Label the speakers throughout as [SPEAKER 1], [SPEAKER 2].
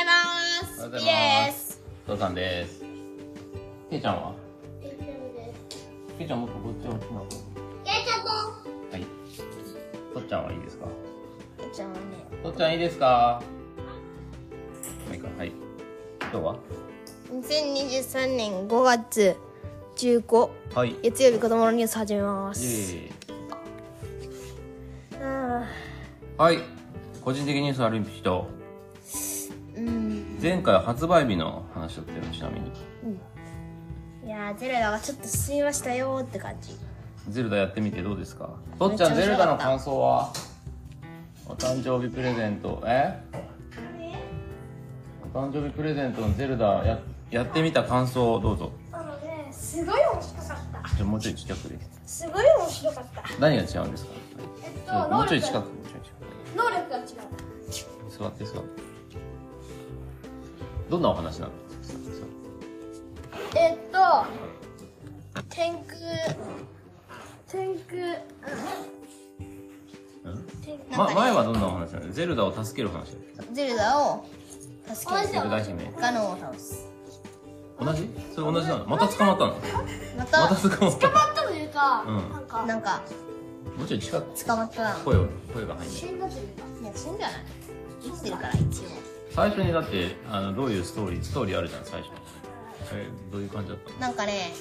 [SPEAKER 1] ようござい
[SPEAKER 2] イ
[SPEAKER 1] ま
[SPEAKER 2] エ
[SPEAKER 1] す
[SPEAKER 2] ス
[SPEAKER 1] 父さんですけいちゃんは
[SPEAKER 3] 大丈夫です
[SPEAKER 1] けいちゃんもっとこっちを向く
[SPEAKER 3] やいちゃんも
[SPEAKER 1] はいとっちゃんはいいですか
[SPEAKER 2] うちゃんはね
[SPEAKER 1] とっちゃんいいですかはいかはい今日は
[SPEAKER 2] 2023年5月15
[SPEAKER 1] はいイ
[SPEAKER 2] 月曜日子供のニュース始めま
[SPEAKER 1] エ
[SPEAKER 2] す
[SPEAKER 1] ーイ
[SPEAKER 2] あ
[SPEAKER 1] はい個人的ニュースある人
[SPEAKER 2] ーうん
[SPEAKER 1] 前回発売日の話だったよねちなみに
[SPEAKER 2] いやーゼルダがちょっと進みましたよーって感じ
[SPEAKER 1] ゼルダやってみてどうですかとっちゃん
[SPEAKER 2] め
[SPEAKER 1] ゼ
[SPEAKER 2] っちゃ面白かった
[SPEAKER 1] ルダの感想はお誕生日プレゼントえお誕生日プレゼントのゼルダややってみた感想をどうぞ
[SPEAKER 3] あのねすごい面白かった
[SPEAKER 1] じゃあもうちょいちっちゃくです
[SPEAKER 3] すごい面白かった
[SPEAKER 1] 何が違うんですか
[SPEAKER 3] えっ
[SPEAKER 1] ちょ
[SPEAKER 3] と
[SPEAKER 1] っとも
[SPEAKER 3] 能
[SPEAKER 1] うちょい
[SPEAKER 3] 力
[SPEAKER 1] 近く
[SPEAKER 3] が
[SPEAKER 1] もうちょい近
[SPEAKER 3] 能力が違う
[SPEAKER 1] く座って座ってどんなお話なの
[SPEAKER 3] えっと天空天空
[SPEAKER 1] ま、前はどんなお話なのゼルダを助ける話だっけ
[SPEAKER 2] ゼルダを助ける
[SPEAKER 1] ゼルダ姫
[SPEAKER 2] ガノンを倒す
[SPEAKER 1] 同じそれ同じなのまた捕まったの
[SPEAKER 2] ま
[SPEAKER 1] ま
[SPEAKER 2] た
[SPEAKER 1] た捕まった
[SPEAKER 3] 捕まったというか、
[SPEAKER 1] うん
[SPEAKER 3] なんか
[SPEAKER 2] なんか
[SPEAKER 1] もうちょい近く
[SPEAKER 2] 捕まったな
[SPEAKER 1] 声を声が入んない
[SPEAKER 3] 死んだというか
[SPEAKER 2] いや死んじゃない生きてるから一応
[SPEAKER 1] 最初にだってあのどういうストーリーストーリーあるじゃん最初えどういう感じだっ
[SPEAKER 2] なんかね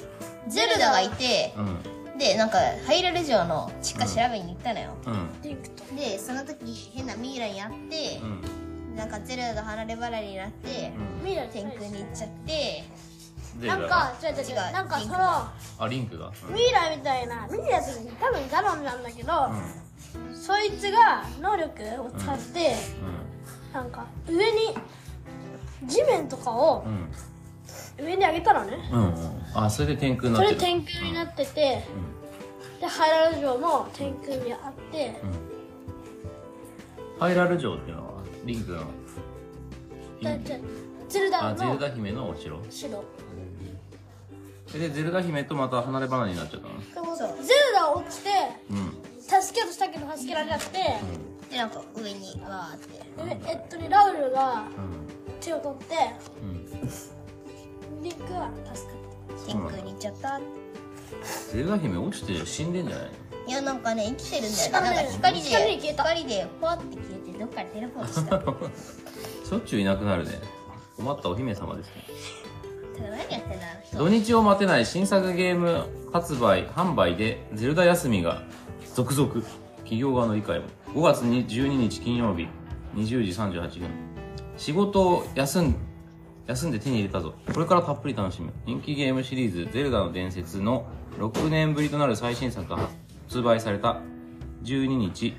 [SPEAKER 2] ゼルダがいて
[SPEAKER 1] たのうん
[SPEAKER 2] でなんかハイラル城の地下調べに行ったのよ、
[SPEAKER 1] うん
[SPEAKER 2] でその時変なミイラにあって
[SPEAKER 1] う、ん
[SPEAKER 2] なんかゼルダが離れ離れになって、
[SPEAKER 1] う
[SPEAKER 3] ミイラ
[SPEAKER 2] 天空に行っちゃって
[SPEAKER 1] んゼ
[SPEAKER 3] な
[SPEAKER 1] ルダ
[SPEAKER 3] んか
[SPEAKER 1] が
[SPEAKER 3] 違う違う違うなんかその
[SPEAKER 1] あリンクが
[SPEAKER 3] ミイラみたいなミイラって多分ガロンなんだけど、
[SPEAKER 1] うんうん
[SPEAKER 3] そいつが能力を使って、なんか上に地面とかを
[SPEAKER 1] うん
[SPEAKER 3] 上に上げたらね、
[SPEAKER 1] うんうんあそれで天空に
[SPEAKER 3] そ
[SPEAKER 1] なっ
[SPEAKER 3] れ
[SPEAKER 1] てる
[SPEAKER 3] 天空になってて、でハイラル城も天空にあって、
[SPEAKER 1] ハイラル城っていうのはリンクのリ
[SPEAKER 3] だ
[SPEAKER 1] ン
[SPEAKER 3] っ
[SPEAKER 1] ク
[SPEAKER 3] てゼルダ
[SPEAKER 1] あゼル
[SPEAKER 3] の
[SPEAKER 1] ダ姫のお城
[SPEAKER 3] 城
[SPEAKER 1] それでゼルダ姫とまた離れ離れになっちゃったの
[SPEAKER 2] そう
[SPEAKER 3] ゼルダ落ちて
[SPEAKER 1] うん
[SPEAKER 3] 助けようとしたけど助けられなくて、
[SPEAKER 2] でなんか上にわーって
[SPEAKER 3] でえっとねラウルが
[SPEAKER 1] うん
[SPEAKER 3] 手を取って
[SPEAKER 1] うん
[SPEAKER 3] リンクは助かっ
[SPEAKER 2] 天空に行っちゃったって
[SPEAKER 1] ゼルダ姫落ちて死んでんじゃないの
[SPEAKER 2] いやなんかね生きてるんだよね
[SPEAKER 3] あの
[SPEAKER 2] なん
[SPEAKER 3] ね
[SPEAKER 2] か光で
[SPEAKER 3] 光で消えた
[SPEAKER 2] 光でポワって消えてどっかにテレポ ートしたただ
[SPEAKER 1] しょっちゅういなくなるね困ったお姫様ですね
[SPEAKER 2] 何やってんだあの人
[SPEAKER 1] 土日を待てない新作ゲーム発売販売でゼルダ休みが続々企業側の理解も5月に12日金曜日20時38分仕事を休ん休んで手に入れたぞこれからたっぷり楽しむ人気ゲームシリーズ「ゼルダの伝説」の6年ぶりとなる最新作が発売された12日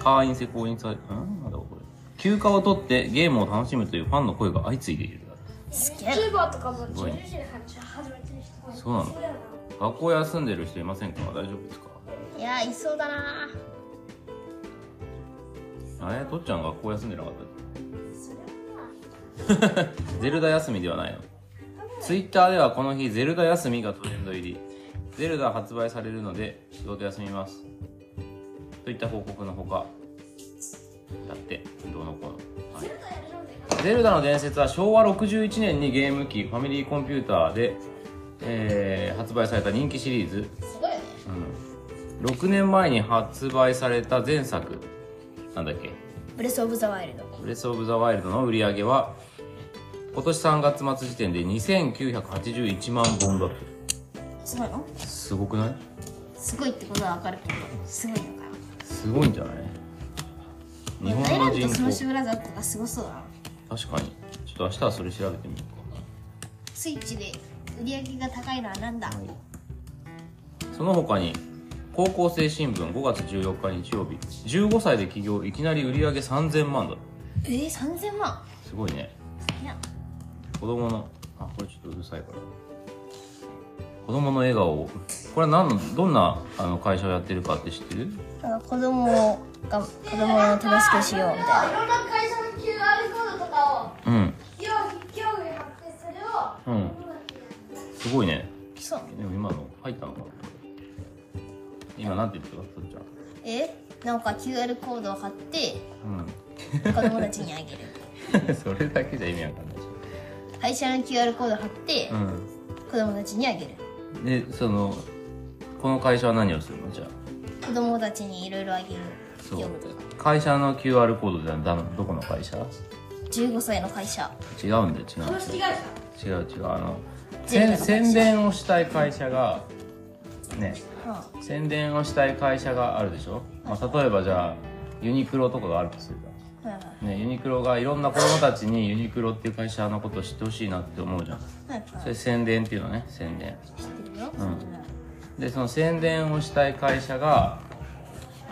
[SPEAKER 1] 会員制公認されんなんだこれ休暇を取ってゲームを楽しむというファンの声が相次いでいる
[SPEAKER 2] すげ
[SPEAKER 3] た
[SPEAKER 2] え
[SPEAKER 3] YouTuber とかも
[SPEAKER 1] ごいね
[SPEAKER 3] 10時に始めてる人もいる
[SPEAKER 1] そうなの
[SPEAKER 3] そうだよな
[SPEAKER 1] 学校休んでる人いませんか大丈夫ですか
[SPEAKER 2] いやいそうだな
[SPEAKER 1] あれとっちゃん学校休んでなかっ
[SPEAKER 3] それは
[SPEAKER 1] たゼルダ休みではないのツイッターではこの日ゼルダ休みがトレンド入りゼルダ発売されるので仕事休みますといった報告のほかだってどうのこうの、はいゼルダの伝説は昭和61年にゲーム機ファミリーコンピューターで、えー発売された人気シリーズ
[SPEAKER 2] すごいよね
[SPEAKER 1] うん6年前に発売された前作なんだっけ
[SPEAKER 2] ブレス・オブ・ザ・ワイルド
[SPEAKER 1] ブレス・オブ・ザ・ワイルドの売り上げは今年3月末時点で2981万本だっ
[SPEAKER 2] すごいの
[SPEAKER 1] てすごくない
[SPEAKER 2] すごいってことは分かるけどすごいのかよ
[SPEAKER 1] すごいんじゃない日
[SPEAKER 2] ナイ
[SPEAKER 1] 本
[SPEAKER 2] ラ
[SPEAKER 1] の
[SPEAKER 2] ン
[SPEAKER 1] 人
[SPEAKER 2] ドとスマッシ
[SPEAKER 1] 口
[SPEAKER 2] ュブラザーズとかすごそうだな
[SPEAKER 1] 確かにちょっと明日はそれ調べてみよう
[SPEAKER 2] スイッチで売り上げが高いのはなんだ、
[SPEAKER 1] かな、その他に高校生新聞5月14日日曜日15歳で起業いきなり売り上げ3000万だ
[SPEAKER 2] えー、3000万
[SPEAKER 1] すごいね
[SPEAKER 2] いや
[SPEAKER 1] 子供のあこれちょっとうるさいから子供の笑顔をこれは何のどんなあの会社をやってるかって知ってる
[SPEAKER 2] なんか子供が子供を楽しくしようみたい
[SPEAKER 3] いろんな会社の QR コードとかを
[SPEAKER 1] うん
[SPEAKER 3] 用意用意貼ってそれを
[SPEAKER 1] うんすごいね
[SPEAKER 2] なそう
[SPEAKER 1] でも今の入ったのかな今なんて言ってたそっちゃん
[SPEAKER 2] えなんか QR コードを貼って
[SPEAKER 1] うん
[SPEAKER 2] 子供たちにあげる
[SPEAKER 1] それだけじゃ意味わかんないし
[SPEAKER 2] 会社の QR コード貼って、
[SPEAKER 1] うん
[SPEAKER 2] 子供たちにあげる
[SPEAKER 1] でそのこの会社は何をするのじゃあ
[SPEAKER 2] 子供たちにいろいろあげる
[SPEAKER 1] そう
[SPEAKER 2] 業務で
[SPEAKER 1] 会社の QR コードじゃだどこの会社
[SPEAKER 2] 15歳の会社
[SPEAKER 1] 違うんだよ違うんだよ
[SPEAKER 3] 違
[SPEAKER 1] 違
[SPEAKER 3] う
[SPEAKER 1] う違うあの
[SPEAKER 2] 全部
[SPEAKER 1] 宣
[SPEAKER 2] の会社
[SPEAKER 1] 宣伝をしたい会社がね
[SPEAKER 2] は
[SPEAKER 1] 宣伝をしたい会社があるでしょ、まあ、例えばじゃあユニクロとかがあるとするじゃん
[SPEAKER 2] あはいはい
[SPEAKER 1] ね、ユニクロがいろんな子供たちにユニクロっていう会社のことを知ってほしいなって思うじゃん
[SPEAKER 2] はいは
[SPEAKER 1] そ
[SPEAKER 2] い
[SPEAKER 1] れ宣伝っていうのね宣伝
[SPEAKER 2] 知ってるよ、
[SPEAKER 1] でその宣伝をしたい会社が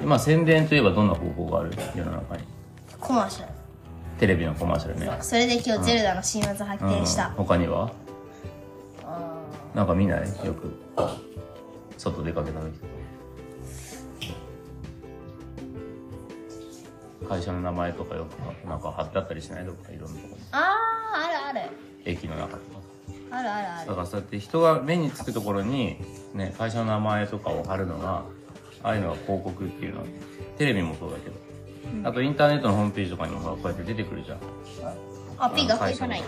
[SPEAKER 1] 今宣伝といえばどんな方法がある世の中に
[SPEAKER 2] コマーシャル
[SPEAKER 1] テレビのコマーシャルね
[SPEAKER 2] それで今日ゼルダの新技発見した、
[SPEAKER 1] うん、他には
[SPEAKER 2] あ
[SPEAKER 1] なんか見ないよく外出かけた時会社の名前とかよくなんか貼ってあったりしないとかいろんなとこ
[SPEAKER 2] ー
[SPEAKER 1] ろに
[SPEAKER 2] あーあるある
[SPEAKER 1] 駅の中とか
[SPEAKER 2] あるあるある
[SPEAKER 1] だからそうやって人が目につくところに、ね、会社の名前とかを貼るのがああいうのが広告っていうのはテレビもそうだけど、あとインターネットのホームページとかにもほらこうやって出てくるじゃん
[SPEAKER 2] あ P 学校行かない、
[SPEAKER 1] うん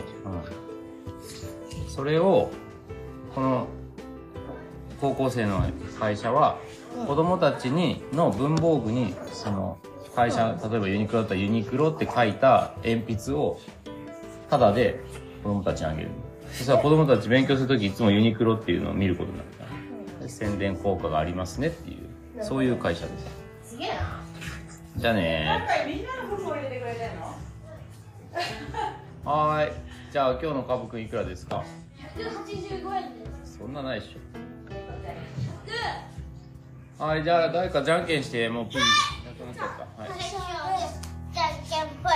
[SPEAKER 1] それをこの高校生の会社は子供たちにの文房具にその会社例えばユニクロだったらユニクロって書いた鉛筆をタダで子供たちにあげるそしたら子供たち勉強する時いつもユニクロっていうのを見ることになるからで宣伝効果がありますねっていうそういう会社です
[SPEAKER 2] すげえな
[SPEAKER 1] じゃあね
[SPEAKER 4] 回みんなの分も入れてくれてんの
[SPEAKER 1] はーいじゃあ今日のカブくんいくらですか
[SPEAKER 3] 185円です
[SPEAKER 1] そんなないっしょ。はい、じゃあ誰かじゃんけんして、もうプリンなくなっちゃった。はい。
[SPEAKER 5] じゃんけんぽい。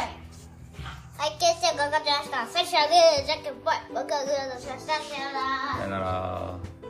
[SPEAKER 5] はい、決してごかりました。最初はグー、じゃんけんぽい。僕はグーの出身者だ。
[SPEAKER 1] さよなら。